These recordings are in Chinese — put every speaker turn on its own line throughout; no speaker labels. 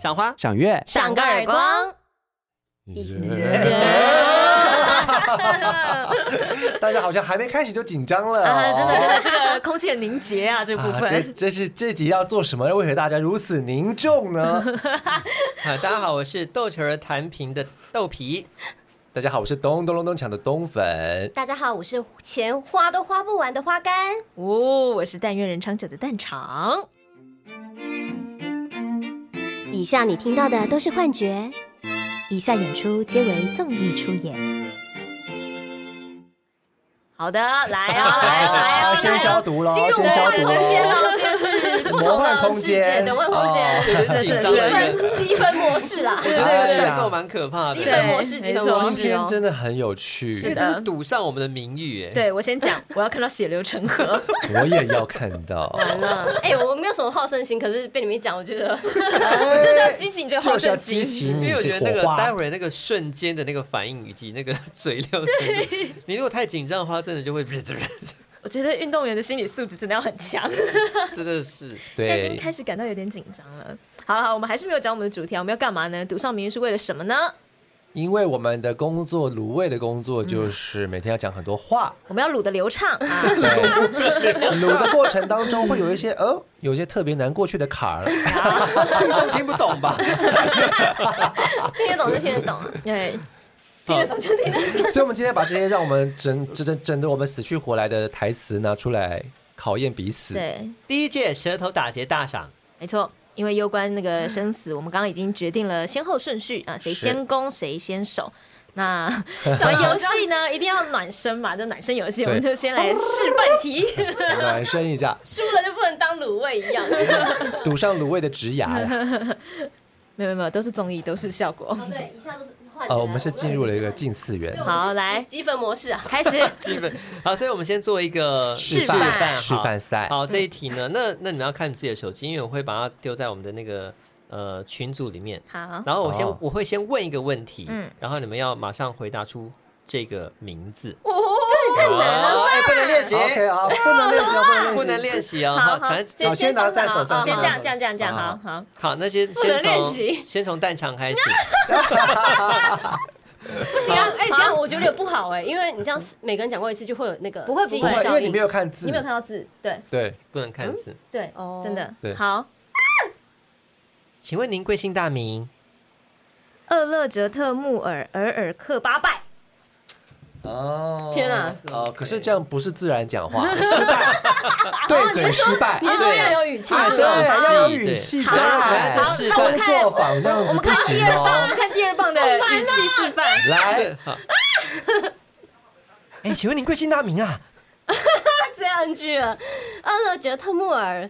赏花，
赏月，
赏个耳光。
哦 大家好像还没开始就紧张了、哦
啊，真的真的，这个空气很凝结 啊，这部
啊
分。
这这是这集要做什么？为何大家如此凝重 呢？
啊，大家好，我是豆球儿弹屏的豆皮，
大家好，我是咚咚咚咚锵的咚粉。
大家好，我是钱花都花不完的花干。
哦，我是但愿人长久的蛋肠。
以上你听到的都是幻觉。
以下演出皆为综艺出演。
好的，来 啊，来啊，来啊！
先消毒喽，
进入
先
魔
消
幻
毒
空间
喽。
了，这是不
魔
同
幻
的
空
世界
间，
的外空
哦
间，
有点紧张
积
了。
分积分模式啦，
我觉得这个战斗蛮可怕的，
积
对
分模式积分
没错
模
今
式
天
哦。
真的很有趣，
因为这是赌上我们的名誉，哎，
对我先讲，我要看到血流 成河。
我也要看 到。
完了，哎、我没有什么好胜心，可是被你们一讲，我觉得
就是要激起你这个好
就是要
胜
激
心。
因
起你
为我觉
的
得那个
火
待
花。
会儿那个瞬间的那个反应以及那个嘴流程度，你如果太紧张的 话，真的就会，真
我觉得运动员的心理素质真的要很强，
的是
现在已 经
对，
开始感到有点紧张了。好了，好，我们还是没有讲我们的主题啊，我们要干嘛呢？赌上名誉是为了什么呢？
因为我们的工作，卤味的工作就是每天要讲很多话。
我们要卤的 流畅啊，
对，卤的过程当中会有一些呃，有一些特别难过去的坎儿。
听众听不懂吧？
听得懂就听得懂啊。
对，
所以，我们今天把这些让我们整整整整的我们死去活来的台词拿出来考验彼此。
对，
第一届舌头打结大赏，
没错，因为攸关那个生死，我们刚刚已经决定了先后顺序啊，谁先攻谁先守。 那玩游戏呢，一定要暖身嘛，就暖身游戏，我们就先来示范 题，
暖身一下，
输了就不能当卤味一样。
堵上卤味的植牙呀。
没有没有没有，都是综艺，都是效 果。
哦，对，以下都是幻觉。
呃，我们是进入了一个近次元。
好，来
积分模式啊。
开始，
基本 好，所以我们先做一个
示
范
好
示范赛
好，这一题呢，那那你们要看自己的手机，因为我会把它丢在我们的那个呃群组里面。
好，
然后我先、
哦
我会先问一个问题，
啊嗯
然后你们要马上回答出这个名字。
哦太难了。
哦哎，不能练习，
OK 啊，不能练习啊，不能练习，
不能。练习哦。
好
好，反正
好，先拿在手上。
先这样这样
样。
这样这样，好
好
好。嗯
好，那先
能
先
练
从
习
先从蛋肠开始。
不行啊！哎、等一下我觉得有不好哎、因为你这样每个人讲过一次，就会有那个
不会不会
记忆
不会，因
效
为你
应
没有看字
你没有。看到字，对
对，
不能看字。
对
哦，
真的
对
好。
请问您贵姓大名？
厄勒哲特穆尔尔尔克八 拜，
哦
天啊！
哦，可是这样不是自然讲话，失败，对嘴失败
你。是说要有语气
啊
是
对
吗？
对，要有语气
好来
在
再示，范
工作坊这样
我
子
们
不
看第
行
二棒，我
哦
们。看第二棒的语气示范。
来，
好。哎，请问您贵姓大名啊？
这样句了，厄勒哲特穆尔。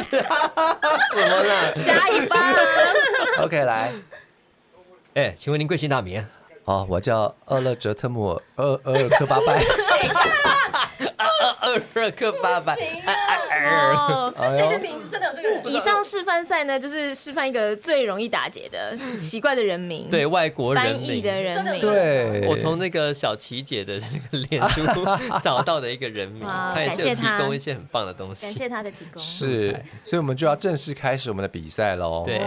怎么了？
下一棒，
OK，来，
哎，请问您贵姓大名？
哦，我叫厄勒哲特姆厄厄尔科巴拜，
啊二二克八百。
啊
哎哎
哦
哎
谁的
呦，
名字真的有这个人？
以上示范赛呢，就是示范一个最容易打结的奇怪的人名，
对，外国人
翻
名
译的人 名，，
对，
我从那个小琪姐的那个脸 书找到的一个人名，
哇
她也是有
感谢
提
她
供一些很棒的东
感
西。
谢他的提供。
是，所以我们就要正式开始我们的比赛喽。
对，，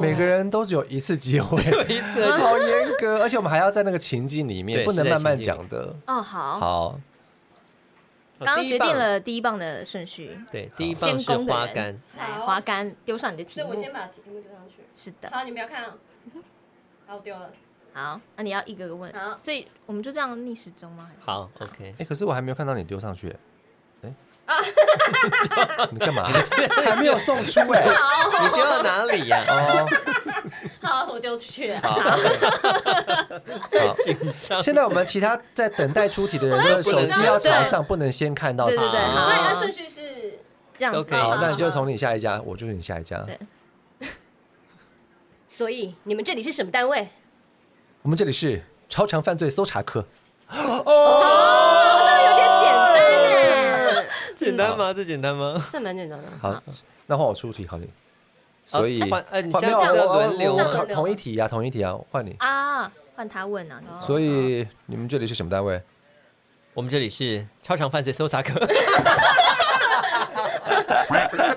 每个人都只有一次机会，
有一次而
哦
且
好严格，而且我们还要在那个情境里面，
对
不能慢慢
是在情境
讲的。
哦，好，
好，
刚刚
哦第一
决
棒
定了第一棒的顺序，
对，第一
先
棒是
攻的
花
人
干，
来，
好
花干丢上你的题
所以
目
我，先把题目丢上去。
是的，
好，你不要看啊。好，我丢了。
好，那你要一个个问，
好
所以我们就这样逆时钟吗？还是
好，OK，
哎，可是我还没有看到你丢上去。哎，你干嘛？还没有送出哎。
哦
你丢到哪里呀、
哦，
好，我丢出去了。
紧 张。
现在我们其他在等待出题的 人的手机要朝上，不能先看到
对
字。
对对，
好
所以它
好，
顺序是
这样
都
子
可以
好，那你就从你下一家，我就是你下一家。
对
所以你们这里是什么单位？
我们这里是超常犯罪搜查科。
哦好像有点简 单呢，
简单吗？
啊
这简单吗？
算蛮简单的。
好，那换我出题，好你。所以
啊嗯哦换呃你
换
现在
没有
是要
我我
轮流
我
吗
同同一题呀，同一题啊，换你。
啊，换他问啊，
哦
所以你们这里是什么单位？
我们这里是超常犯罪搜查科，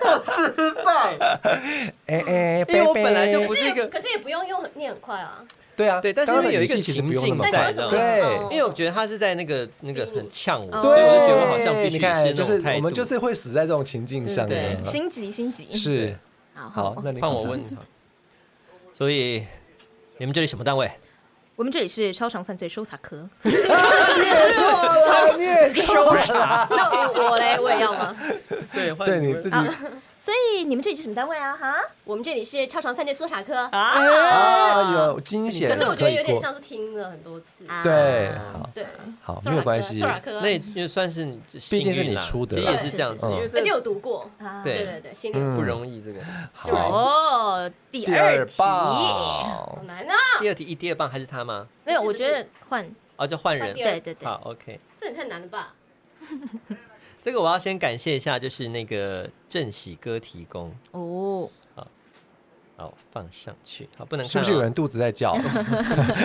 我失败。
哎哎，
因为我
贝贝
本来就不
可
是一个
可是也不用用很念很快啊，
对啊，
对但是
刚刚的
因为有一个
语气其实不用那么
情境
快
在那
对。
哦
因为我觉得他是在那个那个很呛我，
哦
所以我就觉得我好像必须是
你
那
看，就
种
是
态度。
我们就是会死在这种情境上面
对。
心急心急，
是，
好好
好，那你
换我问，你哈，所以你们这里什么单位？
我们这里是超常犯罪搜查科，
少孽收
那我我嘞，我也要吗？
对，
对你
啊
自己，
所以你们这里是什么单位啊？哈
我们这里是超常犯罪搜查科，
啊
啊，有惊险，
可是我觉得有
可以
点
过
像是听了很多次，
啊
对，好，
对，
好，没
搜查
有
科
关系
搜。查科，
那也算是你
毕竟是
幸运啦
你出的哦
其实
啦
也是这样子，
对
因为
而
这
且有读过，
啊
对
对对对，心理
嗯
不容易。这个
好，
哦，第
第
二
二
题，
好
棒，
难啊，
第二题一第二棒还是他吗？
没有，
是
我
不
觉
是
得换，
哦，就换人
换。第二
对对对，
好，OK。
这也太难了 吧？
这个我要先感谢一下，就是那个正喜哥提供。
哦，
好，放上去。好，不能
是
看、哦
不是有人肚子在叫？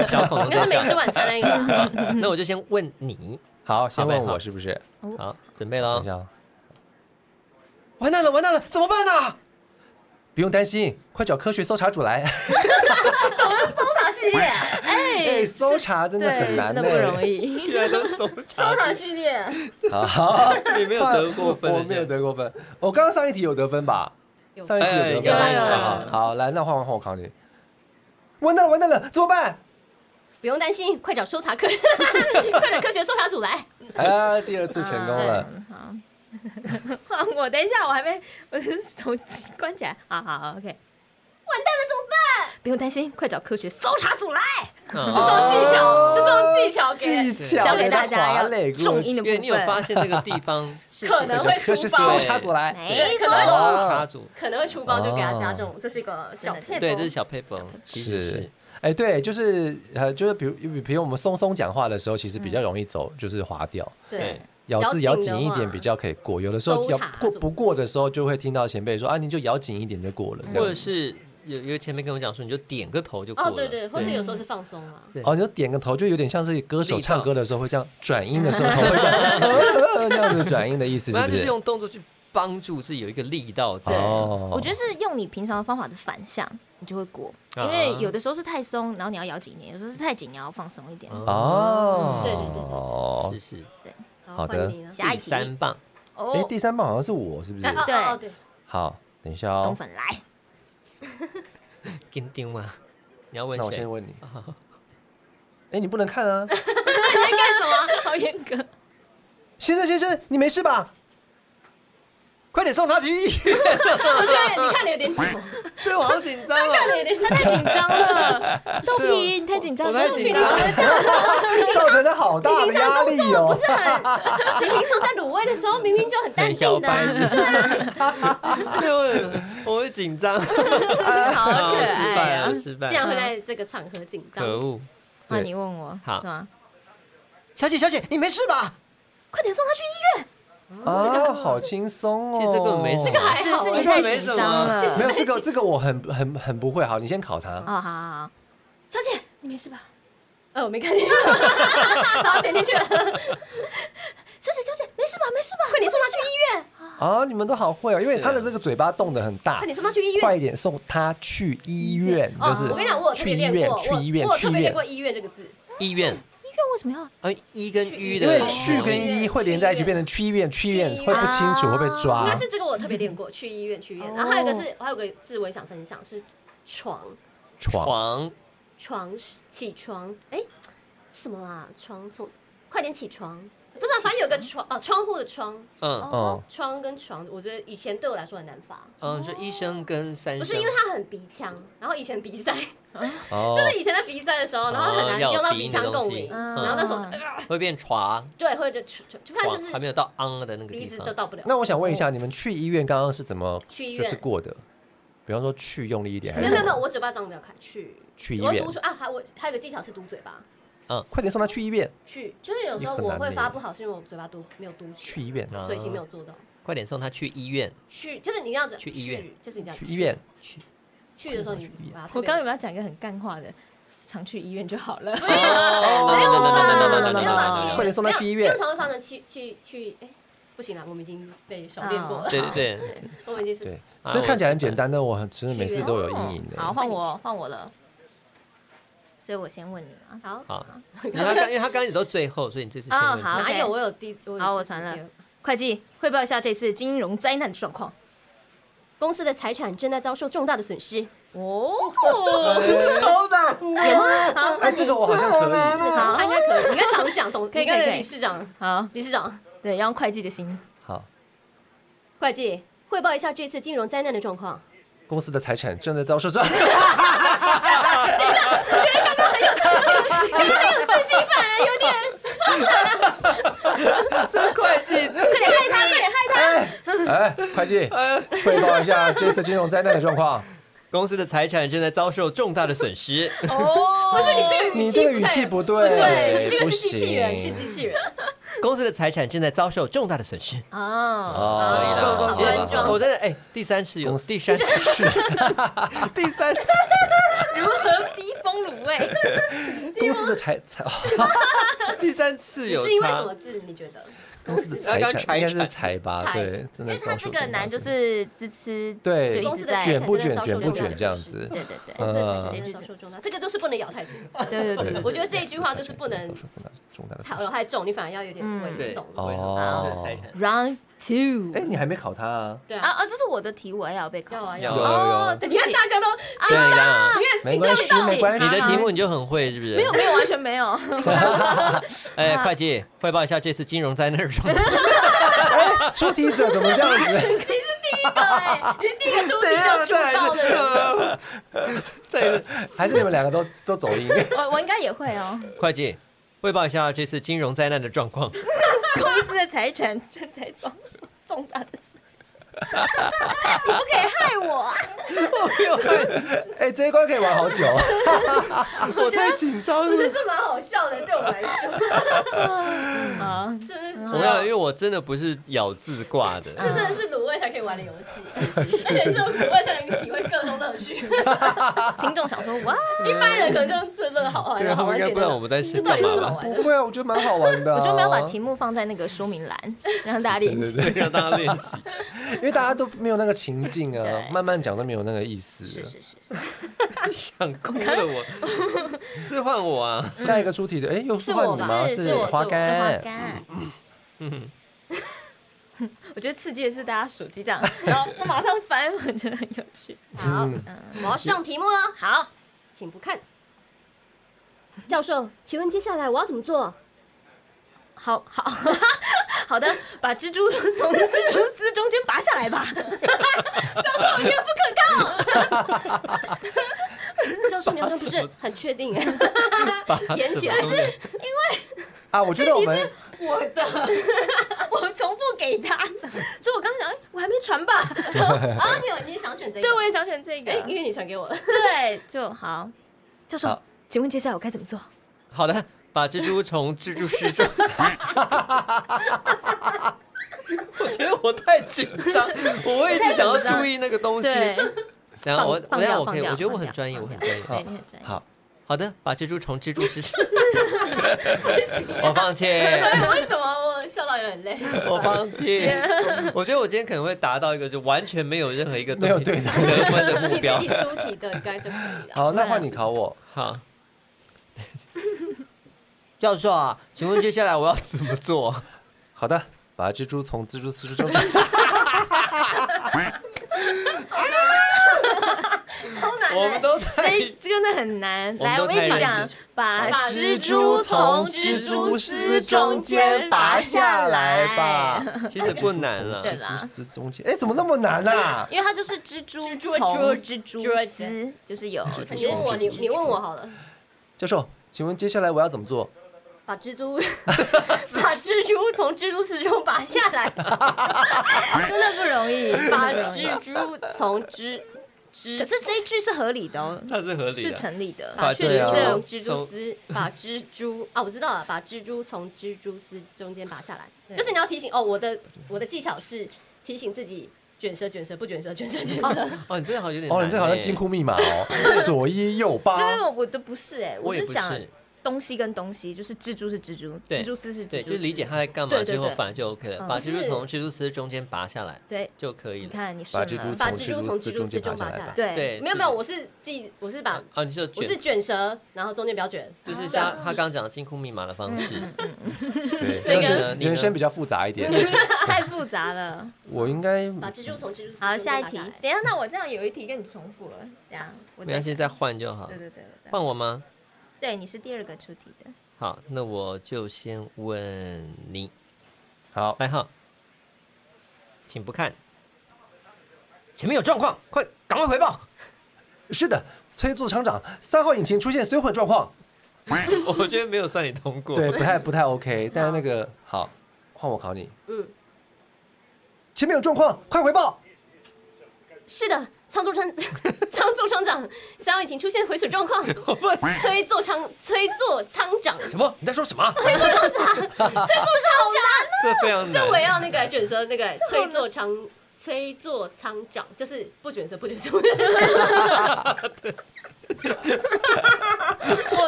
小恐龙
哦
应该
在
是没吃
讲？
晚餐啊那个 吧？
那我就先问你。
好，先问
好呗
我
好
是不是？
好，准备
等
喽
一。下，
完蛋了，完蛋了，怎么办啊？
不用担心，快找科学搜查组来。
搜查系列，
哎，搜查真的很
对，
难
真的
呢，
不
哎欸
容 易。
居然都搜
搜
查
查，系列，
好，
你没有得过分，
我没有。得过分。我刚刚上一题有得分吧？
有
上一题有得分
哎有有有有
吧。好好，来，那换完换我考你。完蛋了，完蛋了，怎么办？
不用担心，快找搜查科， 快点科学搜查组来。
啊，第二次成功了。
啊。 好，换我等一下，我还没，我的手机关起来。好好好，OK。完蛋了，怎么办？不用担心，快找科学搜查组来。
这是
嗯
用技巧，这是用技巧给
哦技巧
教给大
滑
家要
垒过
重
去
音的
因
部分。
为你有发现这个地 方
是
可
是
能
就
会
是科学
出包
搜查组来，
没
哎
对
错
搜查组，
可能会出包，就给他加重，这是一
哦
个小配
对，这
方
是。小 paper，其实
是
是。
哎，对，就是呃，就是比如比如我们松松讲话的时候，其实比较容易走，就是滑掉。
对，
咬字咬
咬
紧
紧
一
的
点
话
比较可以过，有的时候
搜
咬
查
过
组
不过的时候，就会听到前辈说啊，你就咬紧一点就过了，这
或
样
者是有有前辈跟我讲说，你就点个头就过了。
哦，对对，或是有时候是放松啊。
对
哦，你就点个头，就有点像是歌手
力道
唱歌的时候会这样转音的时候，头会这 样 呃呃呃那样子转音的意思，
反正
是不
就是
是？
用动作去帮助自己有一个力道在。
哦，
我觉得是用你平常的方法的反向，你就会过。因
啊
为有的时候是太松，然后你要咬紧一点；有时候是太紧，你要放松一点。
哦
哦，
对对对对
对
是是。
好的
换你啊了
下一
第
题，
三棒，
哎，
哦，
第三棒好像是我，是不是
啊
哎？哦
对
哦哦对，
好，等一下
冬
哦，
粉 来，
跟丢吗？你要问哦
那我
谁
先？问你，哎，你不能看啊，
干什么？ 好严格。
先生先生，你没事吧？
快点送他去医院！
我觉得你看的有点久，
对我好紧张 哦，
有点久
他太紧张了，豆皮，
对
你太紧张
我
了，
太
豆皮
紧张，了。
造成了好大的
平
压
常
力
动作
哦
不。是很，你 平常在卤味的时候明明就很淡
很摇
定的
摆
啊，，
没有，我会紧张，
好
啊
可
我失
爱
败了，
啊
我！失败了，
这样会在这个场合紧
嗯
张。
可恶！
那
对
你问我，
好
是吗
小姐，小姐，你没事吧？
快点送他去医院。
啊，好轻松哦！
其实这个没什么这个
还好
是是
欸这
你
个
哎太
没
紧
什么
张了。
没有这个，这个我很很很不会。好，你先考他。
哦，好好好，
小姐，你没事吧？呃，我没看见， 然后点进去了。
小姐小姐，没事吧？没事吧？
快点送他去医院，
啊，你们都好会哦，因为
啊
他的这个嘴巴动得很大
快。点送他去医
快
院。
一点送他去医院，
哦
就是，
我跟你讲，我有特
去
别
医
练
院
过，，
去
我
医院，
我有
去医
特别练
院
过。医院这个字，
医院，
医院为什么要？
啊，医跟医
因
的，
为去跟医会连在一起，变成去医院，去医院
去医
会
院
不清楚，会被
应
抓
该。是这个我有特别练过，去医院去医院。然后还有一个是，还有个字我也想分享是床
床
床
床起床，哎，什么啊？床从快点起床，不知道，反正有个窗哦，窗户的窗，
嗯
嗯
窗跟床，我觉得以前对我来说很难发，
嗯，就医生跟三
不
生，
是因为它很鼻腔，然后以前鼻塞。
哦
就是以前在鼻塞的时候，然后很难用到鼻腔共鸣，
哦
然后那时候就、
会变床，
对，或者就就反正就
床还没
是
有到昂的那个
鼻
地
子
方
都，到不了。
那我想问一下，你们去医院刚刚是怎么
去医
就
院
是过的？比方说去用力一点，还
没
是
有
什
没
么
有没有，我嘴巴张不了开，去
去医
我
院
读？出啊，还我还有个技巧是堵嘴巴，
快点送他去医院，
去就是有时候
你很难
我会
呢
发不好，是因为我嘴巴堵没有堵
去
起
医院，
来，
啊
嘴型没有做到。
快点送他去医院，
去就是你这样子
去医院，
就是你这样
去医院。
去
去的时候你
去医院
把它特别
我刚刚有没有讲一个很干话的？常去医院就好了。
哦，
没有吧？没有吧？去
没有
快点送他去医院
通常会放成去去去，哎，不行了，我们已经被熟练过了，
对对对，
我们已经是
对，
啊
这看起来很简。
我
单，但我很真的每次都有阴影的。
好，换我，换我了。所以我先问你嘛。
好。
好，因为他刚因为他刚一直都最后，所以你这次先
哦
问
好
哪
OK
有我有第我有
好
自
我
己
传了
丢
会计汇报一下这次金融灾难的状况。
公司的财产正在遭受重大的损失，
哦，
超难
好，
哎，这个我好像可
啊
以。
好
他应该可以，你应该常讲，董，
可
你
以
应该
可以可以
理事长，
好，
理事长，
对，要用会计的 心。
好，
会计汇报一下这次金融灾难的状况。
公司的财产正在遭受伤。
自信反而有点，
这会计，
哎，会计，汇报一下这次金融灾难的状况。
公司的财产正在遭受重大的损失。
哦，不是你
这
你这个语气不对，
对，你这个
不
是机器人，是
行
机器 人，
公司的财产正在遭受重大的损失。
哦，
可以
啦
哦
了，
做公关
我真的哎，第三次有，
公司
第三次，第三次，
如何逼疯卤味？
公司的财财，
第三次有
是因为什
差
么字？你觉得？
公司
刚
的财
刚
产
财
应该是
产
财吧？
财
对，真
因
的
为它
遭受重
这
大
个
的
难就是支持，
对
就一
公
直
司的
在
财产
卷不
正在
卷
遭
卷
受
不
重大
卷
的
这样
损失
子。
对对对
公司的财
嗯
产正在遭受重大，这个都是不能咬太紧。
对
呃
对对
我觉得这一句话就是不能
遭受重大重大的
太
损
咬
失。
太重，你反而要有点
嗯
对
猥琐。
哦
公司的财产
，Round Two
哎，。你还没考他啊？
对
啊
啊，
啊！这是我的题，我也要被考。
要啊
有
要
有
啊。
哦
有，
对不
你
起啊
看，大家都，啊
这样，
没关系没关系
啊你的题目你就很会是不是？
没有啊没有，完全 没有。
哎，会计汇报一下这次金融灾难的状况。
出题者怎么这样子？
对，你是第一个出题就出道的人，
人，再一次，
还是你们两个都都走音？
我我应该也会哦。
会 计汇报一下这次金融灾难的状况。
公司的财产正在遭受重大的损失，你不可以害我啊！
我没有看，
哎，这一关可以玩好久。
我太紧张了。
这蛮好笑的，对我来说，
好，
真的
啊
我
是。
要，因为我真的不是咬字挂的。
这真的是卤味才可以玩的游戏，是是是，而且是卤味才能体会各种 乐趣。
听众想说哇，
一般人可能就最乐好玩
对，
的，
他
好
们
玩
应该
点
不
的。
知道我们在是
这到
干
底是
嘛
什么
吧？
玩
不
的？
会啊，我觉得蛮好玩的啊。
我就没有把题目放在那个说明栏，让大家练习。
让大家练习。
因为大家都没有那个情境啊
对，
慢慢讲都没有那个意思。
是是是，
想哭了 我，是换我啊！
下一个出题的，哎，又是
是
换
我
你
吧
吗？
是是
花
我是我
是花
干，
干。 我觉得刺激的是大家手机这样， 然后我马上翻，我觉得很有趣。
好，
嗯
我要上题目了，
好，
请不看。教授，请问接下来我要怎么做？
好好 好的，把蜘蛛从蜘蛛丝中间拔下来吧。
教授，你好像不是很 确定。
把
演起来
什么东西
啊，我觉得我们
我 的，我重复给他的，所以我刚想，哎我还没 传吧？
啊，你有你想选择？
对，我也想选这个。
哎，因为你传给我了。
对，就好。教授
好，
请问接下来我该怎么做？
好的，把蜘蛛从蜘蛛丝 中。我觉得我太紧张，我会一直想要注意那个东西。
对，
然呃后我，我
放放
下
掉
我可以，
放掉
我觉得我很
放掉
专业，我
放
很
掉
专业。
对，你很 专业。
好，
好的，把蜘蛛从蜘蛛丝， 我放弃，
为什么我笑到有点累？
我放 弃。我觉得我今天可能会达到一个就完全没有任何一个东
没有
西
对答
得分的
你
目
自
标哦
己。出题的应该就可以了。
好，那换你考我。
好， 教授啊，请问接下来我要怎么做？
好的，把蜘蛛从蜘蛛丝中。
好难
我们
欸。
都太
这真的很难，
哎我们
来，
都
我们一
太
起
认真，
讲把
把
蜘
蜘
蛛
蛛从
从蜘
蜘
蛛
蛛
丝
丝
中
中
间
间
拔
拔
下
下
来
来吧。
其实不难啊了，
对
蜘蛛
啦，
丝中间，哎，怎么那么难啊？
因为它就是蜘蛛
蜘蛛
从蜘
蜘
蛛
蛛
丝，就是有
蜘蛛
你问我，你你问我好了，
教授，请问接下来我要怎么做？
把蜘蛛， 把蜘蛛从蜘蛛丝中拔下来，
真的不容易，
把
真的不容易
蜘蛛从蜘蜘
可是这一句是合理的哦，
它是合理
是
的。
成立的。
把
对
蜘
啊
蛛从蜘蛛丝，把蜘蛛啊，我知道了，把蜘蛛从蜘蛛丝中间拔下来，
对
就是你要提醒哦，我的我的技巧是提醒自己卷舌卷舌不卷舌卷舌卷舌，
哦，你这好像有点
哦，
难
你这好像
欸
金库密码哦，左一右八
没。有，我的不是哎，
我也
就
不
想
是，
东西跟东西，就是蜘蛛是蜘蛛，
对
蜘蛛丝是
对，
蜘蛛
就是
丝。
理解他在干嘛
对对
之后
对，
反正就 OK 了，
嗯
把蜘蛛从蜘蛛丝中间拔下来
对，
就可以
你
了。
看你
把
顺
蜘蛛
了，
把
从
蜘蛛
蜘
从
蛛丝
蜘蛛
中
丝
间
中
拔下
拔下
来
来
吧。
对
对，
没有没有，我是记我是把
啊，你就
我是
卷，
卷舌，然后中间不要卷。
就是像他刚刚讲的金库密码的方式，
对，
那
但
个
是
你呢
人生比较复杂一点。
太复杂了。
我应该
把蜘蛛从蜘蛛丝
好，
中间
下一
拔
题。
来
等一下，那我这样有一题跟你重复了，这样我
没关系，再
再
换就好
对。对对，我再
换我吗？
对你是第二个出题的，
好，那我就先问你，
好，
白浩，请不看，前面有状况，快赶快回报。
是的，崔组厂长，三号引擎出现损毁状况，
我觉得没有算你通过。
对，不太不太 OK。但是那个好，换我考你，
嗯，
前面有状况，快回报。
是的，仓促 厂仓促厂长三号引擎出现毁损状况，
我问
催作仓催作仓 长，
什么？你在说什么？这非常
这我也
难。
要那个卷舌那个催作仓催作仓长，就是不卷舌不卷舌，
我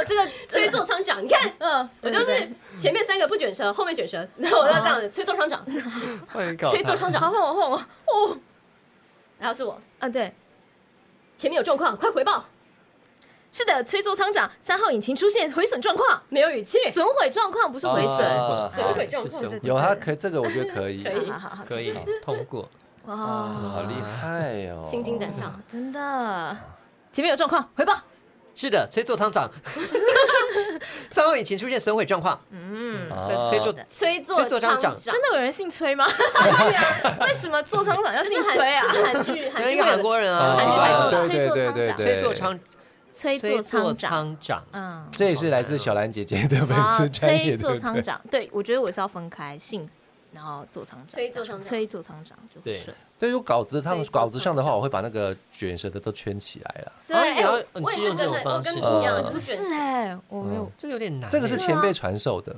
这个
催作仓长，你看。
嗯，
我就是前面三个不卷舌，后面卷舌，然后我要这
啊
样子催作仓长，
换你搞
催作
他。
仓
好换
长，
我换我哦
然后是我
啊对，
前面有状况，快回报，
是的，崔座舱长三号引擎出现毁损状况，
没有语气，
损毁状况不是毁损。
啊
损毁状况
是损毁
有他可以这个我觉得可以，
可以
好好好，
可以啊通过。
哇，
好厉害哦，
心惊胆跳，
真的，前面有状况，回报。
是的，崔座厂长， 三号引擎出现损毁状况，
嗯，
啊
但崔座
催作
催作仓
长
长，
真的有人姓崔 吗？对啊为什么座舱长要姓
这是
崔啊
韩？这是韩剧，
那
韩
一个
剧会有
韩
的
国人
啊
啊，
韩剧
对吧
对对
版本
对对对，
崔座厂
崔座
崔座
舱长，
厂长，
嗯，
这也是来自小兰姐姐的 粉
哇，
丝专
崔
业，对
座
不
舱
对？
长，对我觉得我是要分开姓，然后座舱长，
崔座舱长
崔座舱长就会
对
顺。
对，有稿子他们
所以
稿子上的话，我会把那个卷舌的都圈起来了。
对，
啊
哎
你要
我
你
我
是
也是
用这
跟
种
很
方
我跟你
式哦
一样，
嗯
就
不
是卷
是
舌
哎，我没
哦
有，
这个有点难。欸
这个是
对啊
前辈传授的，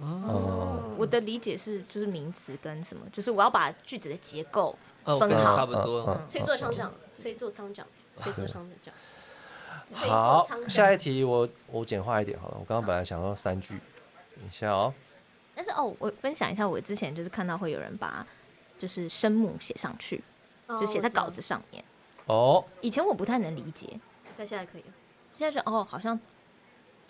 嗯
哦，
我的理解是就是名词跟什么，就是我要把句子的结构
哦，我
分
跟你
嗯
好
差不
嗯
多。
崔座厂长，崔座仓长，崔座仓长。崔座
好
仓，长
下一题我我简化一点好了。我刚刚本来想要三句，等一下哦。
但是哦，我分享一下，我之前就是看到会有人把就是声母写上去，
哦
就写在稿子，上面。
哦，
以前我不太能理解，
哦我知道那现在可以了。
现在是哦，好像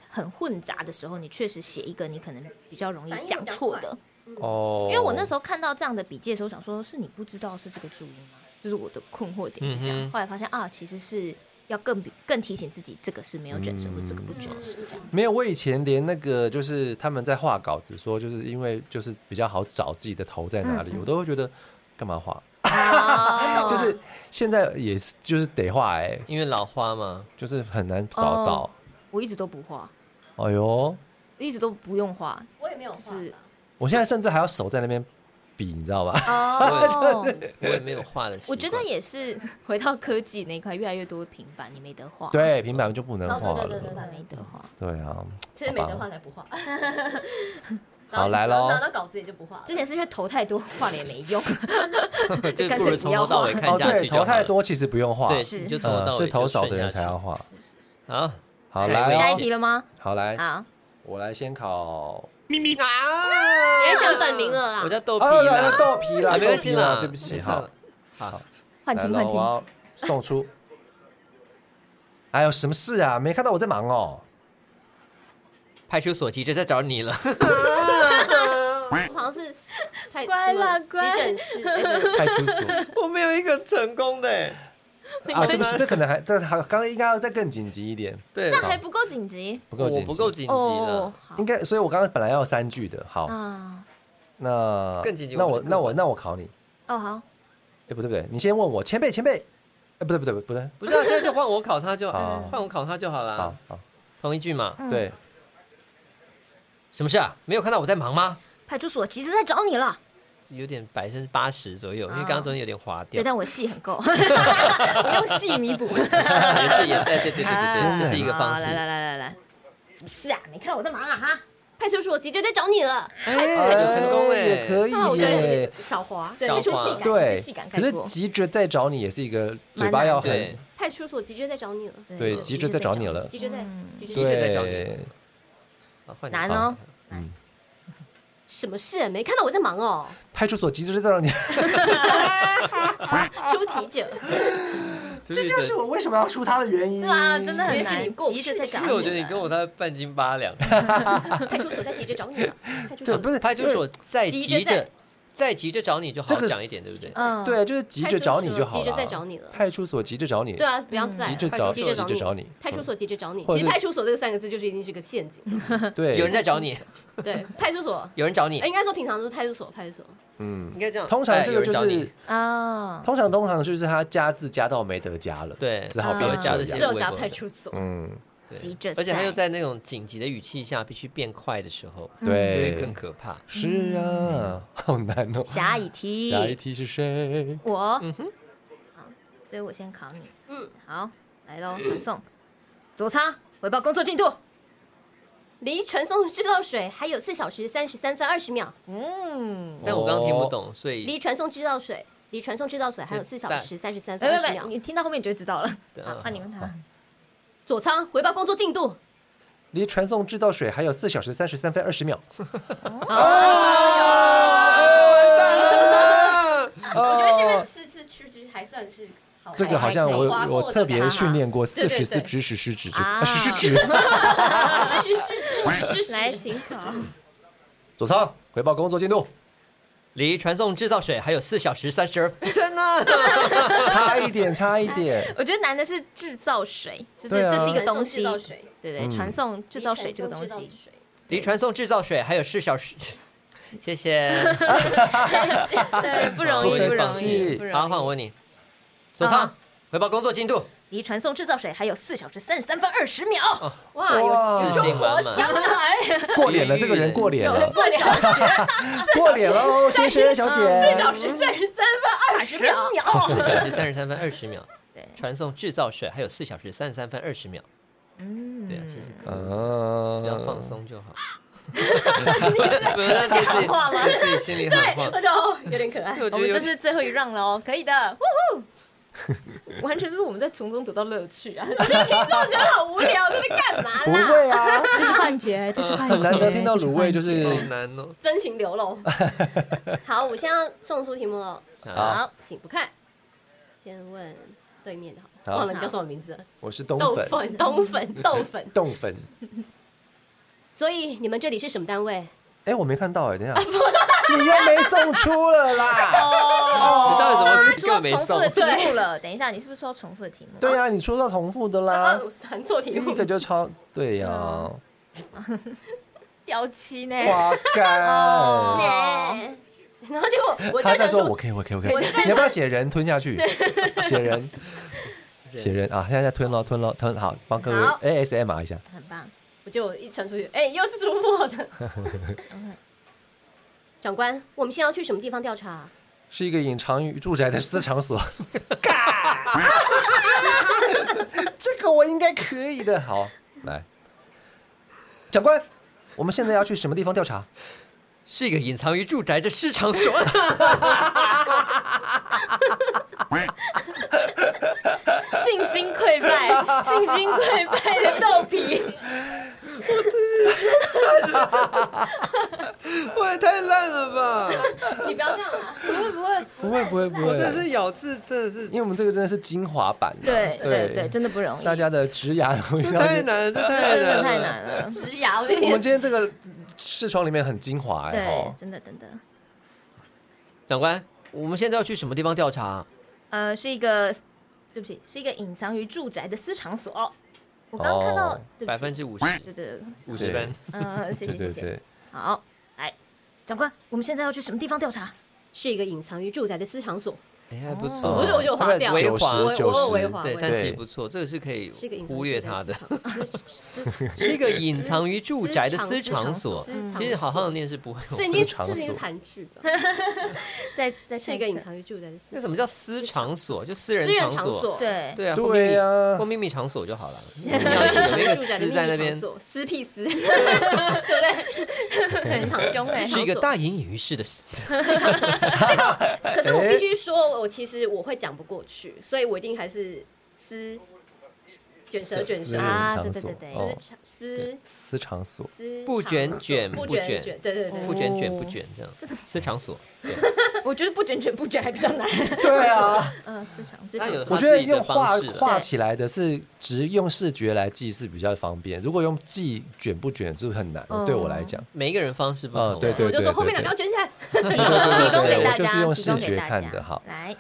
很混杂的时候，你确实写一个你可能比较容易讲错
反应比较
的。
哦，
因为我那时候看到这样的笔记的时候，想说是你不知道是这个注音吗？就是我的困惑点是这样。
嗯哼
后来发现啊，其实是要更比更提醒自己，这个是没有卷舌，
嗯
或这个不卷舌这样。
没有，我以前连那个就是他们在画稿子，说就是因为就是比较好找自己的头在哪里，
嗯嗯
我都会觉得干嘛画？
哦
就是现在也是就是得画哎、
因为老花嘛，
就是很难找到。
我一直都不画，
哎呦，
一直都不用画。
我也没有画
是
吧。
我现在甚至还要手在那边比，你知 道吧？
哦，
我也没有画的习
我
惯。
觉得也是回到科技那一块，越来越多平板，你没得画，，
对，平板就不能
哦
画
对对对
了。
对
没得画。
对啊，
其实没得画才 不画。
好来咯
拿到稿子也就不画了。
之前是因为头太多，画了也没用。
就
干
不如
脆不
从
要
头到
画
尾看
哦
下
对，
去。
头太，多其实不用画，
对，
是
你就从头
呃
到尾
是头少的
就顺
人
下
才要
去。
画。
好，
好，
下一位
来
下
哦
一，题了吗？
好来，
好，
我来先考。
啊！
人家讲本名了
我
啦，
叫 豆皮
啊，来
啦
来，豆皮啦，
啊没关
豆
系
皮
啦，
对不起，
没差
好
了。。好，
换
来
题
了，哦
换题
我。要送出。哎呦，什么事啊？没看到我在忙哦。
派出所急着在找你 了。
我好像是 太
乖啦
什么
乖
急诊室，哎不是
派出 所
我没有一个成功的欸，
啊，对不起，这可能还，这还刚刚应该要再更紧急一点，
对
这，样还不够紧急
不够紧
我
急，嗯
不够紧急
哦
了。。
好
应该，所以我刚刚本来要有三句的。好，
啊，
那
更紧急
那
我
我
们就
那我那我考你，
哦好，
哎，不对不对，你先问我前辈前辈，哎，不对不对不对，
不是啊，现在就换我考他就
好
换我考他就好
好
了，
好，
同一句嘛。
嗯
对，
什么事啊？没有看到我在忙吗？
派出所其实在找你了。
有点百分之八十左右，因为刚刚中间有点滑掉
哦对，。但我戏很够，我用戏弥补。
也是也哎对对对对对，
啊
对这是一个方式
好。来来来来来，什么事啊？没看到我在忙啊哈？
派出所急着在找你了。
哎，有成功哎，
也可以
啊，我觉得有
耶
点。小华，
对，
小
没出
黄
戏感，没
对
出戏感，
可
盖
是
过。
急着再找你也是一个嘴巴
蛮难
要
的
很
对，
派出所急着在找你了。
对，急着在找你了。
嗯急着在，急
对对，
着
对，
好换你
难
好
哦。
什么事？没看到我在 忙哦。
派出所急着让你，
出题者，
这
这就是我为什么要输他的原因。
啊
哇，真的很
也许你
难，
过不
急
去
着在找
因
你
为
了。
我觉得你跟我他半斤八 两，
派出所在急着找你了。派出
对，
所
不是
派出所再
急
急
着在
着再急着找你就
这
好
个是
讲一点，对不对？
嗯，
对，就是急着找你就好了。
派出所急着在找你了
派出所急着找你，
对啊，不要再
急着
了
派出
找，
所
急
急着
着
找
找
你
你，，
派出所急着找你。
或者
其
是
实“派出所”这个三个字就是已经是个陷 阱了。
对，
有人在找你，
嗯
对，派出所，
有人找你
哎，，应该说平常都是派出所，派出所。
嗯，
应该这样。
通常
哎
这个
有
就
人找
是
你，
啊，
通常通常就是他加字加到没得加了，
对
只好
嗯
变
有
成
加
这
的
样
只
嫌。
有加派出所。
嗯，
对
急着
而且他
在
又在那种紧急的语气下必须变快的时候，就会
对
更，可怕。
是啊，好难哦。
下一
嗯下一
题，
题是谁？
我，好，所以我先考你，
嗯，
好，来喽，传送，左叉，回报工作进度，
离传送至到水还有四小时三十三分二十秒。
嗯，
但我刚刚听不
哦
懂，所以
离传送至到水，离传送至到水还有四小时三十三
没
分二
没
十
没，
秒。
你听到后面你就会知道了。
对
好，啊那你问他，
左仓回报工作进度。
离传送制造水还有四小时三十三分二十秒。哦
啊
啊
我觉得是不是四次吃之还算是好？
这个好像我我特别训练过
对
四
对
十
对
四指使食指，
啊
啊使食指。
是是是是是
来，请考，
左仓回报工作进度，
离传送制造水还有四小时三十二分呢。
差一点，差一点。
我觉得难的是制造水，就是
对啊嗯
这是一个东西
传送制造水，
对对，传送制造水这个东西，。
离传送制造水还有四小时，谢谢。
对， 不容
不
易，
客
不容易，
气
不
好，
容易。啊
换我问你，左仓
好
回报工作进度，
离传送制造水还有四小时三十三分二十
哦
秒，哎
哇，有
哦
自信满 满。
过脸了，这个人过脸了，
四小时
过脸喽，先生小
四
姐。
小时三十三分二十秒。
四小时三十三分二十秒
对，
传送制造水还有四小时三十三分二十秒。
嗯，
对啊，其实可以
嗯
只要放松就 好。不要自己对自己心里喊话。
那就有 点可爱。
我
我
觉得
们
有
这是最后一 round 了哦，可以的，呜呼！完全就是我们在从中得到乐趣啊！
听众觉得好无聊，在那干嘛
不？会啊，嗯
这是幻觉，这是幻觉。
很难得听到卤味，就
好
是
难哦。
真情流 露。好，我现在要送出题目了，
啊
好
好，请不看，先问对面的好了，
好
忘了你叫什么名字了，
我是冬
豆
粉，
粉，冬粉，豆粉。
冻粉。
所以你们这里是什么单位？
哎，我没看到哎，等一下，
啊
你又没送出了 啦。
你到底怎么根
他
本
哦说
没
重复
送
的？题目了，等一下，你是不是说重复的题目？
对呀，你说到重复的
啊
啦，，
我传错
呃第
题
一
目
个。就超对呀，
嗯
掉漆呢？
花
哦
干。
对然后结果我
哦他
再
在
传
说
出
我可以，我可以，我可
我
以
在。
你要不要写人吞下 去？写人，写人啊！现在在吞了，吞了，吞好，帮各
好
位 ASMR 一下。
很棒，
我就一传出去，哎，又是出没 的。长官，我们现在要去什么地方调查？
是一个隐藏于住宅的私场 所。这个我应该可以的。 好，来，长官，我们现在要去什么地方调查？
是一个隐藏于住宅的市场 所。
信心溃败，信心溃败的豆皮，
我也太烂了吧！
你不要这样啊！
不会不会，
不会，不会，不
我这
会。
是咬字，真的是
因为我们这个真的是精华版啊、
对对对，真的不容易，
大家的植牙的味
这
道
太
是。
难了，这太难
真的
了，
太难了，
直牙，我的
我
天
们今天这个视窗里面很精华哎、
对
哈，
真的真的。
长官，我们现在要去什么地方调查啊？
呃，是一个，对不起，是一个隐藏于住宅的私场所。我刚刚看到，
哦
对不
百
起，
分之五十，
对对对，
五十分。
呃，谢谢
对对
谢谢。
对，
好，来，长官，我们现在要去什么地方调查？
是一个隐藏于住宅的私藏所，
哎，还不
哦
我
错
就。我就划掉，
微
九
滑
我
十九
我有微
十，
滑，
对，
我有
但
微
其实
对
不错，这个是可以
滑是一个隐藏
忽略它的，
私藏所，
是一个隐藏于住宅的私场所
私。藏
其实好好的念是不会有
所以
的。
你
藏
这是一个
所
残制的，
再再
是
看
一个
次
隐，藏于住宅的私
那什么叫私场所？就私人
私人
场
场
所。
所，，
对，
对啊，或秘
对
密
呀
或秘密场所就 好了。你
隐藏
要有那
于
个
住宅的
私
秘
在那
密场
边，
所，私屁私， 对不对？
很凶哎，
是一个大隐隐于市的 私。
可是我必须说，我其实我会讲不过去，所以我一定还是私卷舌卷
私
舌
人
啊
场
对
所
对对对
哦，
私私
私场所，
私
不
藏
卷卷
不
不
卷
卷
卷，对对对，
不卷卷
哦
不卷这样，私场 所。对
我觉得不卷卷不卷还比较难。
对啊，
嗯，市场
私
那
藏
有
所
我觉得用
他
画
自己的方式啦
画起来的是只用视觉来记是比较方便，如果用记卷不卷是不是很难？
嗯
对我来讲，
每一个人方式不
啊
同啊。
对对
我就说后面两个要卷起来，
提供给大家，
我就是用
提供
视
给
觉
大
看
家
的哈
来，
啊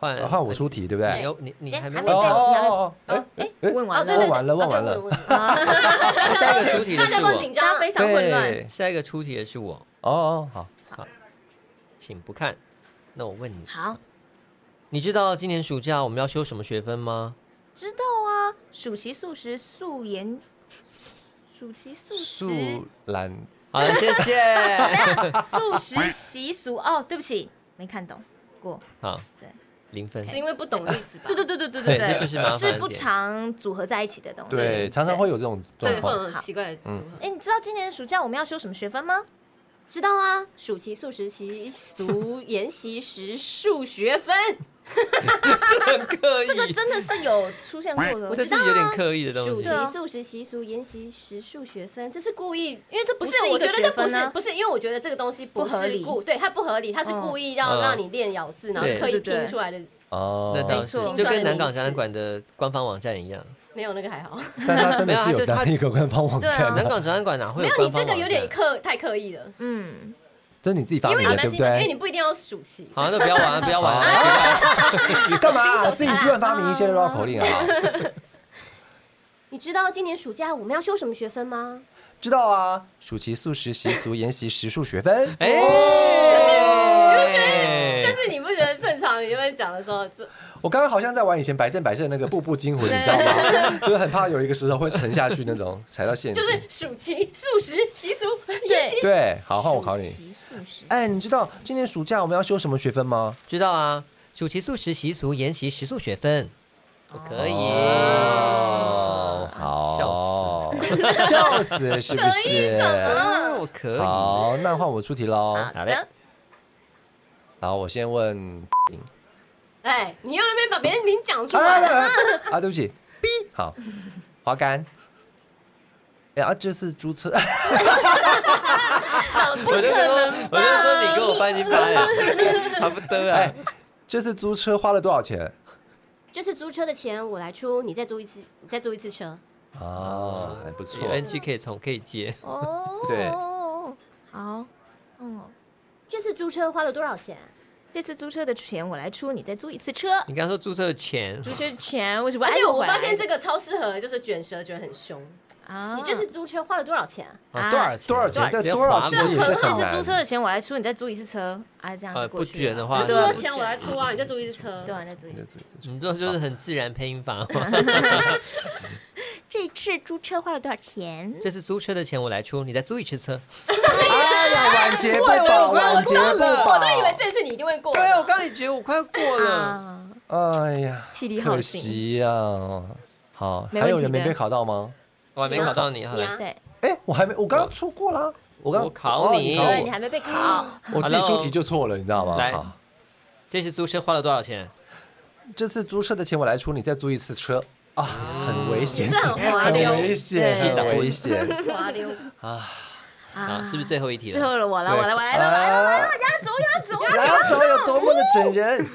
换
换我出题对不
你
对？
有你你
哎
还没
哦
还没
问
到
到
哦哦哦
哦，哎，问
哦
完
对
了，
对对，
问完了
哦
问完，
对
了
问完
哦下 一个出题的
大家
是
不要紧
我，
张
大家，非常混乱。
对，
下一个出题的是我，
哦哦好，
请不看。那我问你，
好，
你知道今年暑假我们要修什么学分吗？
知道啊，暑期素食素颜，暑期素食
素兰
好了，谢 谢。
素食习俗哦，对不起，没看懂过。
好，
对，
零分。
是因为不懂历史吧？
对对对对对
对这
对，
就是麻烦
不
点
常组合在一起的东西。
对，常常会有这种 状
对，嗯会
况。
有很奇怪的组合。
哎，你知道今年暑假我们要修什么学 分吗？
知道啊， 暑期素食习俗研习时数学 分，
很刻意，
这个真的是有出现过的，我
这
知道，
是有点刻意的东
啊暑
西
期
对。啊
素食习俗研习时数学分，这是故意。
因为这不
不
是
是，我
一
觉
个
得
学
这不
分啊
是
呢。
不是，因为我觉得这个东西啊不
不合
是
理
故，对，它不合理，它是
嗯
故意要
嗯
让你练咬字，然后
对
刻意
对对
拼
对
出来的，
哦，
那倒
没
是
错，
就跟南港展览馆的官方网站一样。
没有那个还好，
但它真的是
没
有
有它
当
就
一个官方网
对啊
站
南
的，
港展览馆哪会
没有
官
你
方网
这个
站？啊
有点刻太刻意了，
嗯，
这是你自己发明
因为
的，对
你
不
因为你
对？
不一定要暑期，
好，那不要玩啊了，不要 玩了。
啊哦
干嘛自己乱发明一些绕口令啊？
你知道今年暑假我们要修什么学分吗？
知道啊，暑期素食习俗研习时数学分。 哦
哎，嗯
但是你不觉得正常？你们讲的时候，这
我刚刚好像在玩以前白正白正那个步步惊魂，你知道吗？ 就是很怕有一个石头会沉下去那种，踩到陷
就
阱。
是暑期素食习俗研习
对，
对，好，换我考
暑
你。
期素食
哎，你知道今年暑假我们要修什么学分吗？
知道啊，暑期素食习俗研习食宿学分，不可以。
哦，好，笑死，笑死是不是？
哦
啊我可以。
好，那换我出题喽。
好
的
嘞，
然后我先问
哎，你又那边把别人名讲
哎
出
啊
来了，
啊啊！对不起，B 好，滑杆。哎啊，这是注册，
我就说，我就说你跟我翻新翻了，差不多啊
哎。，这次租车花了多少钱
这次租车的钱我来出，你再租一次，你再租一次车。
啊？还不错，
NG 可以从可以接，
哦，
对，
好，嗯，
这次租车花了多少钱？
这次租车的钱我来出，你再租一次车。
你刚刚说注册的钱，
租车钱为什么？
而且我发现这个超适合，就是卷舌卷很凶。
啊，
你这次租车花了多少钱啊？
啊多少钱？
多少钱？这
直接
多少
划
其
过
实
去
也是
这
很
次租车
难。
的钱我来出，你再租一次车啊，这样
呃
就过
不
去
卷
了
的话
你
啊
租
对
车
啊
不
钱
卷
我来出啊，你再租一次车。
对啊，再租一次。
你这就是很自然配音法。哦
这次租车花了多少钱？
这次租车的钱我来出，你再租一次车。
哎呀，晚节不保，晚节不保。
以为这次你一定会过。
对啊，我刚刚也觉得我快要过了。
啊，
哎呀，
气力
可
耗尽。
惜呀。好，
没
还有
问题
人没
的
被考到吗？
我还没考到你，好
你
了
啊，
对，
哎，我还没，我刚刚错过啦。我刚
我考
哦
你
考
对你
我
还没被考，
我自己出题就错了，你知道吗？
来
好，
这次租车花了多少钱？
这次租车的钱我来出，你再租一次车啊，很危险，
是很滑
很
溜，
危险，
对
很危险。
滑溜。
啊，是不是最后一题
最
了？
后了我了，我来，我来，我来，我
啊，
来，压轴，压轴，
然后有多么的整人，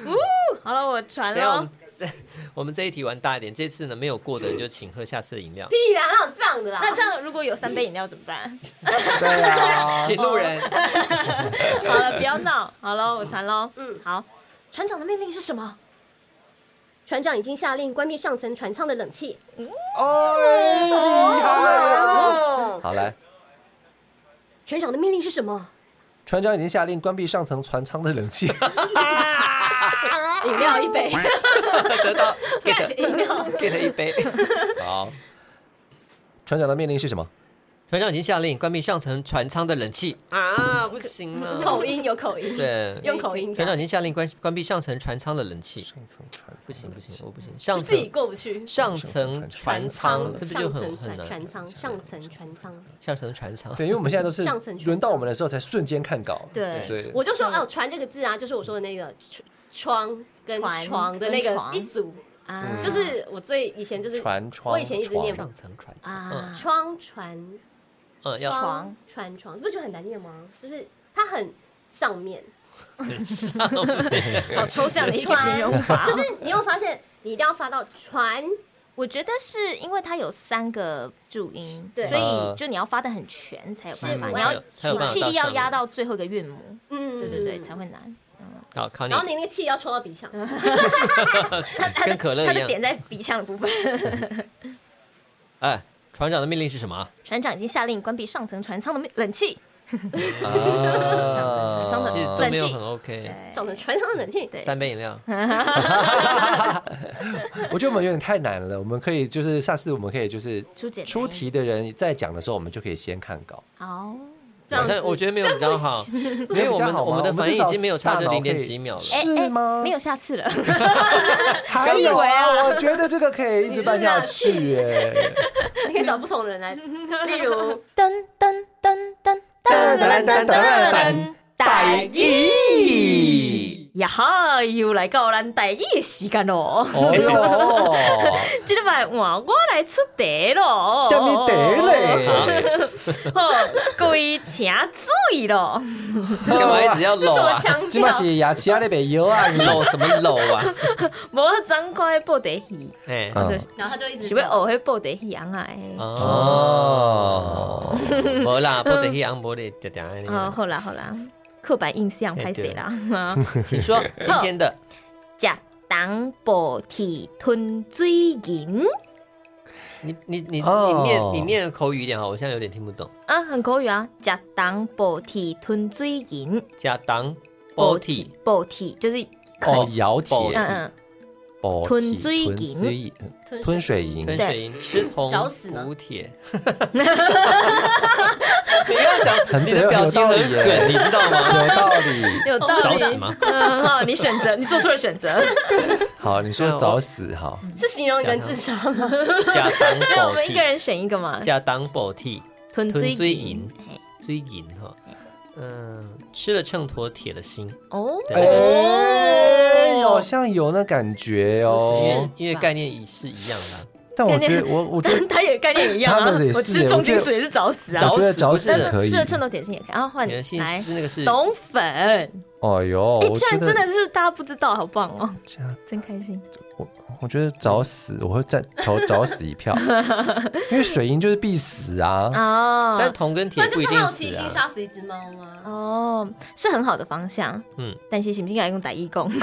好了，我传
等一下哎我
了
们。这 我们这一题玩大一点，这次呢没有过的你就请喝下次的饮料，
屁啦，哪有这样的啦？
那这样如果有三杯饮料怎么办？
对呀，
请路人。
好了，不要闹。好了，我传喽。
嗯
嗯，好。船长的命令是什么？
船长已经下令关闭上层船舱的冷气。
哎，厉害
啊
哦！好来，
船长的命令是什么？
船长已经下令关闭上层船舱的冷气。
哎
饮料一杯。
得 到 get get 一杯。
好，船长的命令是什么？
船长已经下令关闭上层船舱的冷气啊，不行 了。
口音有口音，
对，
用口音
船长
讲
已，经下令关关闭上层船舱的冷气，
上层船
不行不行，我不行。上
自己
层
过不去。
上层船舱，这不就
上
很很
层船
难
船？舱，上层船舱。
上层船舱，
对，因为我们现在都是
上层船
轮到我们的时候才瞬间看稿，
对
所以
我就说哦，船这个字啊，就是我说的那个窗窗跟
船
床的那
跟
个
床
一组，
啊，
就是我最以前就是
船窗，
我以前一直念
床
上层传承，
啊，
窗船
嗯，要
窗船床，不觉得很难念吗？就是它很上面，
好抽象的 一个
船
形容 法，
就是你有发现，你一定要发到船，
我觉得是因为它有三个注音，
对
所
呃
以就你要发的很全才有办
是
法，你
它
要
有
它有
你
办法
气力
到
要
上
压
面
到最后一个韵母，
嗯，
对对对，才。会难。
好考你
然，后你那个气要抽到鼻腔，
哎跟可乐
它
一
的
样。
点在鼻腔的部分。
哎，船长的命令是什么啊？
船长已经下令关闭上层船舱的冷气，
啊，
上层
其实
冷
都
气
没有很 OK。
上的船上的冷气，对
三杯饮料，
我觉得我们有点太难了，我们可以就是下次我们可以就是
出简单
出题的人在讲的时候，我们就可以先看稿。
好，
这样
好
子
像我觉得没有比较好，没有
比
我
较
们
好吗
我们的
我
反
们至
应已
少
经没有差
大
这
脑
零点
可以
几秒了。
哎
是
哎
吗
没有下 次了，
还有啊，我觉得这个可以一直办下去耶。
你可以找不同 人来，例如
噔噔噔噔
噔噔
噔
噔噔
噔
噔
噔噔
噔
噔，大意
咦，
呀哈，又来到咱大意的时间咯。
哦哟，
今日晚换我来出题咯，
下面得 嘞，
好，各位请注意咯。
这 干嘛一直要
这是
搂
什么
啊？
腔
今嘛
调？
是牙齿啊那边摇 啊，
搂什么搂 啊？
无张开布袋戏，
哎，
嗯
就是
然后他就一直
是要学迄布袋戏红啊的。
哦，
无啦，不得去昂，不得嗲嗲
嗯哦，
嗯
的。
好啦好啦，刻板印象
哎
拍谁啦？
请说今天的
食东补铁吞水银
你你你你
哦
念你念口语一点哈，我现在有点听不懂。
啊，很口语啊！食东补铁吞水银，
加当波体
补铁就是
哦，摇铁，
嗯嗯，
哦
吞
体
水
吞
银
水银
吞
吞水
吞
银，
水银吃铜
找死吗
补 铁。你要讲
很
你的表情
有道
很
理耶
梗，你知道 吗？
有道理。
有道理。
找死吗？
嗯，好，你选择，你做出了选 择。
好，你说找死好，
是形容人自杀 吗？
加当
那
波
我们一个
体，
人选一个嘛，
加当波体，
吞
吞水
水
银
银。嘿
追银哈。嗯，吃了秤砣铁了心，
哦，
哎，好像有那感觉
因
哦
为。因为概念也是一样的。啊
但我觉得，我我觉得
他也概念一样啊
他们也。是
我吃重金属也是找死啊
我。觉得找死
找死不是
可以
吃。了秤砣点心也可以，然后啊换
铁
你
了心
来
是那个是
懂粉，哎，
哦呦，我
居
觉
然
得
真的是大家不知道，好棒哦，
这样
真开心。
我我觉得找死，我会站投找死一 票，因为水银就是必死啊。
哦，
但铜跟铁
那
不
就
一
是
定
好奇
死
心
啊。
杀死一只猫吗？
哦，是很好的方向，
嗯
嗯，但是是不是应该用台语讲？
嗯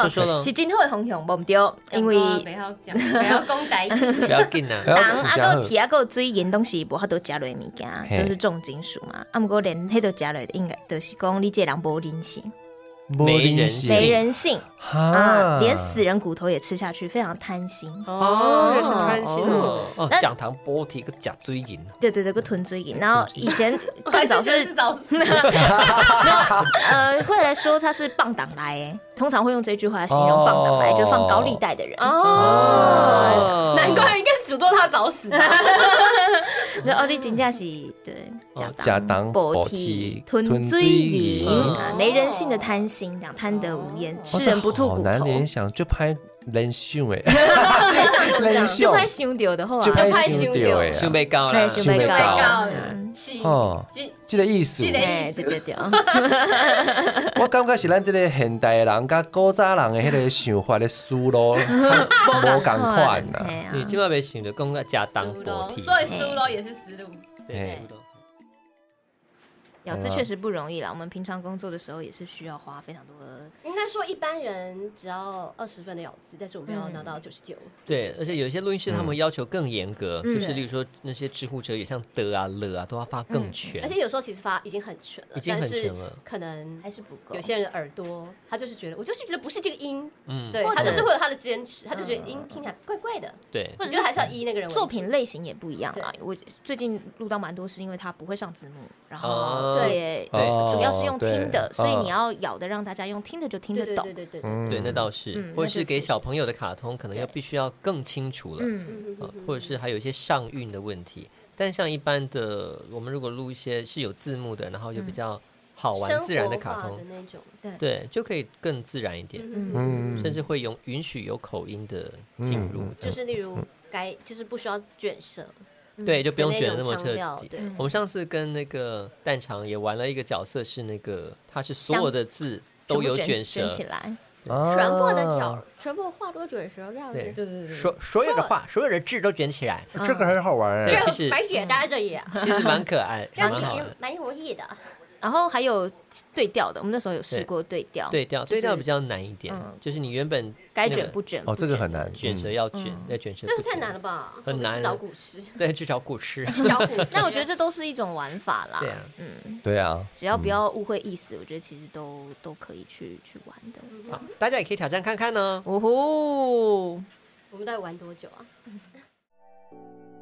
说说
是
咯，
真好红红，无唔对，因为
不要讲，不要攻歹意，
不要紧啊。
然
糖
后
啊个铁啊个水盐东西无法度食落物
嘿
件，都是重金属嘛。啊，毋过连迄都食落，应该就是讲你这人无人性，
没人
是
没
性
人性
啊
啊，，连死人骨头也吃下去，非常贪心。
哦，原来是贪心哦。哦，
那
讲糖波体跟假追银，
对对对，个臀椎
嗯
炎，然后以前
还是
更早
觉得
是
是找死。
呃，会来说他是棒党来、欸，通常会用这句话来形容棒党来，
哦
就放高利贷的人。哦，
哦，难怪应该是诅咒他找死啊。
那奥利金价是对
哦
假当薄体
吞
吞
追
水
饮
嗯
啊，没人性的贪心，讲贪得无厌，
哦
吃人不吐
好
骨
难
头。啊
联想，就拍人性哎，
联想怎么
人
讲？
性
就拍胸丢的话，
就
拍
拍
胸
心
丢
丢哎啊，
胸被高啦
对，，胸
想
被
袂到
高
想袂。是
哦
是
这个意思
这。个
哎， 对对对，
我感觉是咱这个现代人甲古早人的迄个想法的思 路无共款呐。
哎呀
你今晚被选的公个假当
输
波
咯，
体，
所以输咯也是死路。
对，输咯
咬字确实不容易啦。我们平常工作的时候也是需要花非常多的
应该说一般人只要二十分的咬字，但是我们要拿到九十九。
对，而且有一些录音师他们要求更严格，
嗯
就是例如说那些知乎者也像的啊、了啊都要发更全，
而且有时候其实发已经很全了，
已经很全了
嗯但是可能
还是不够。
有些人的耳朵，他就是觉得我就是觉得不是这个音，
嗯，
对
或者
他就是会有他的坚持，他就觉得音听起来怪怪的，
对
我觉得还是要依那个人为主
作品类型也不一样啊。我最近录到蛮多是因为它不会上字幕，然后
哦
对
对嗯
哦
主要是用听的，
对
所以你
哦
要咬的让大家用听的就听
对
得
对
懂
对。对对对，
嗯
对，那倒是，
嗯
或者
那就是
给小朋友的卡通可能要
对
必须要更清楚了，
嗯，
嗯
呃或者是还有一些上韵的问题。但像一般的，我们如果录一些是有字幕的，然后又比较好哦玩自然的卡
生活化
通
的，那种，
对，就可以更自然一点，
嗯，
嗯，
甚至会用允许有口音的进入
嗯嗯，
这
就
样
是例如改，就是不需要卷舌，
对，就不用卷得
嗯那
那么
种
彻
腔调
底。
对，
嗯
我们上次跟那个蛋肠也玩了一个角色，是那个他是所有的字都有
全部
卷
卷
舌
卷，起来，
啊
全部的角，全部画多卷舌这样
对
子。
对对对，
所所有的话，所有的字都卷起来，
这
嗯
个很好玩
对
哎，
其实
白雪搭着也，
其实蛮可爱，
这
蛮
样其
好
实
的。
蛮容易的。
然后还有对调的，我们那时候有试过对调，
对调
就是
对调比较难一点
嗯，
就是你原本
该
那个
卷不卷
哦，这个很难，
卷舌
嗯
要卷
嗯，
要卷舌
这
不
个
卷
太难了，吧？
很难
我去找古诗，
对，去找故事。
去找 古诗。
那我觉得这都是一种玩法啦，
啊对啊
嗯，
对啊，
只要不要误会意思，我觉得其实都都可以去去玩的。
好，大家也可以挑战看看呢。
哦吼，
我们到底玩多久啊？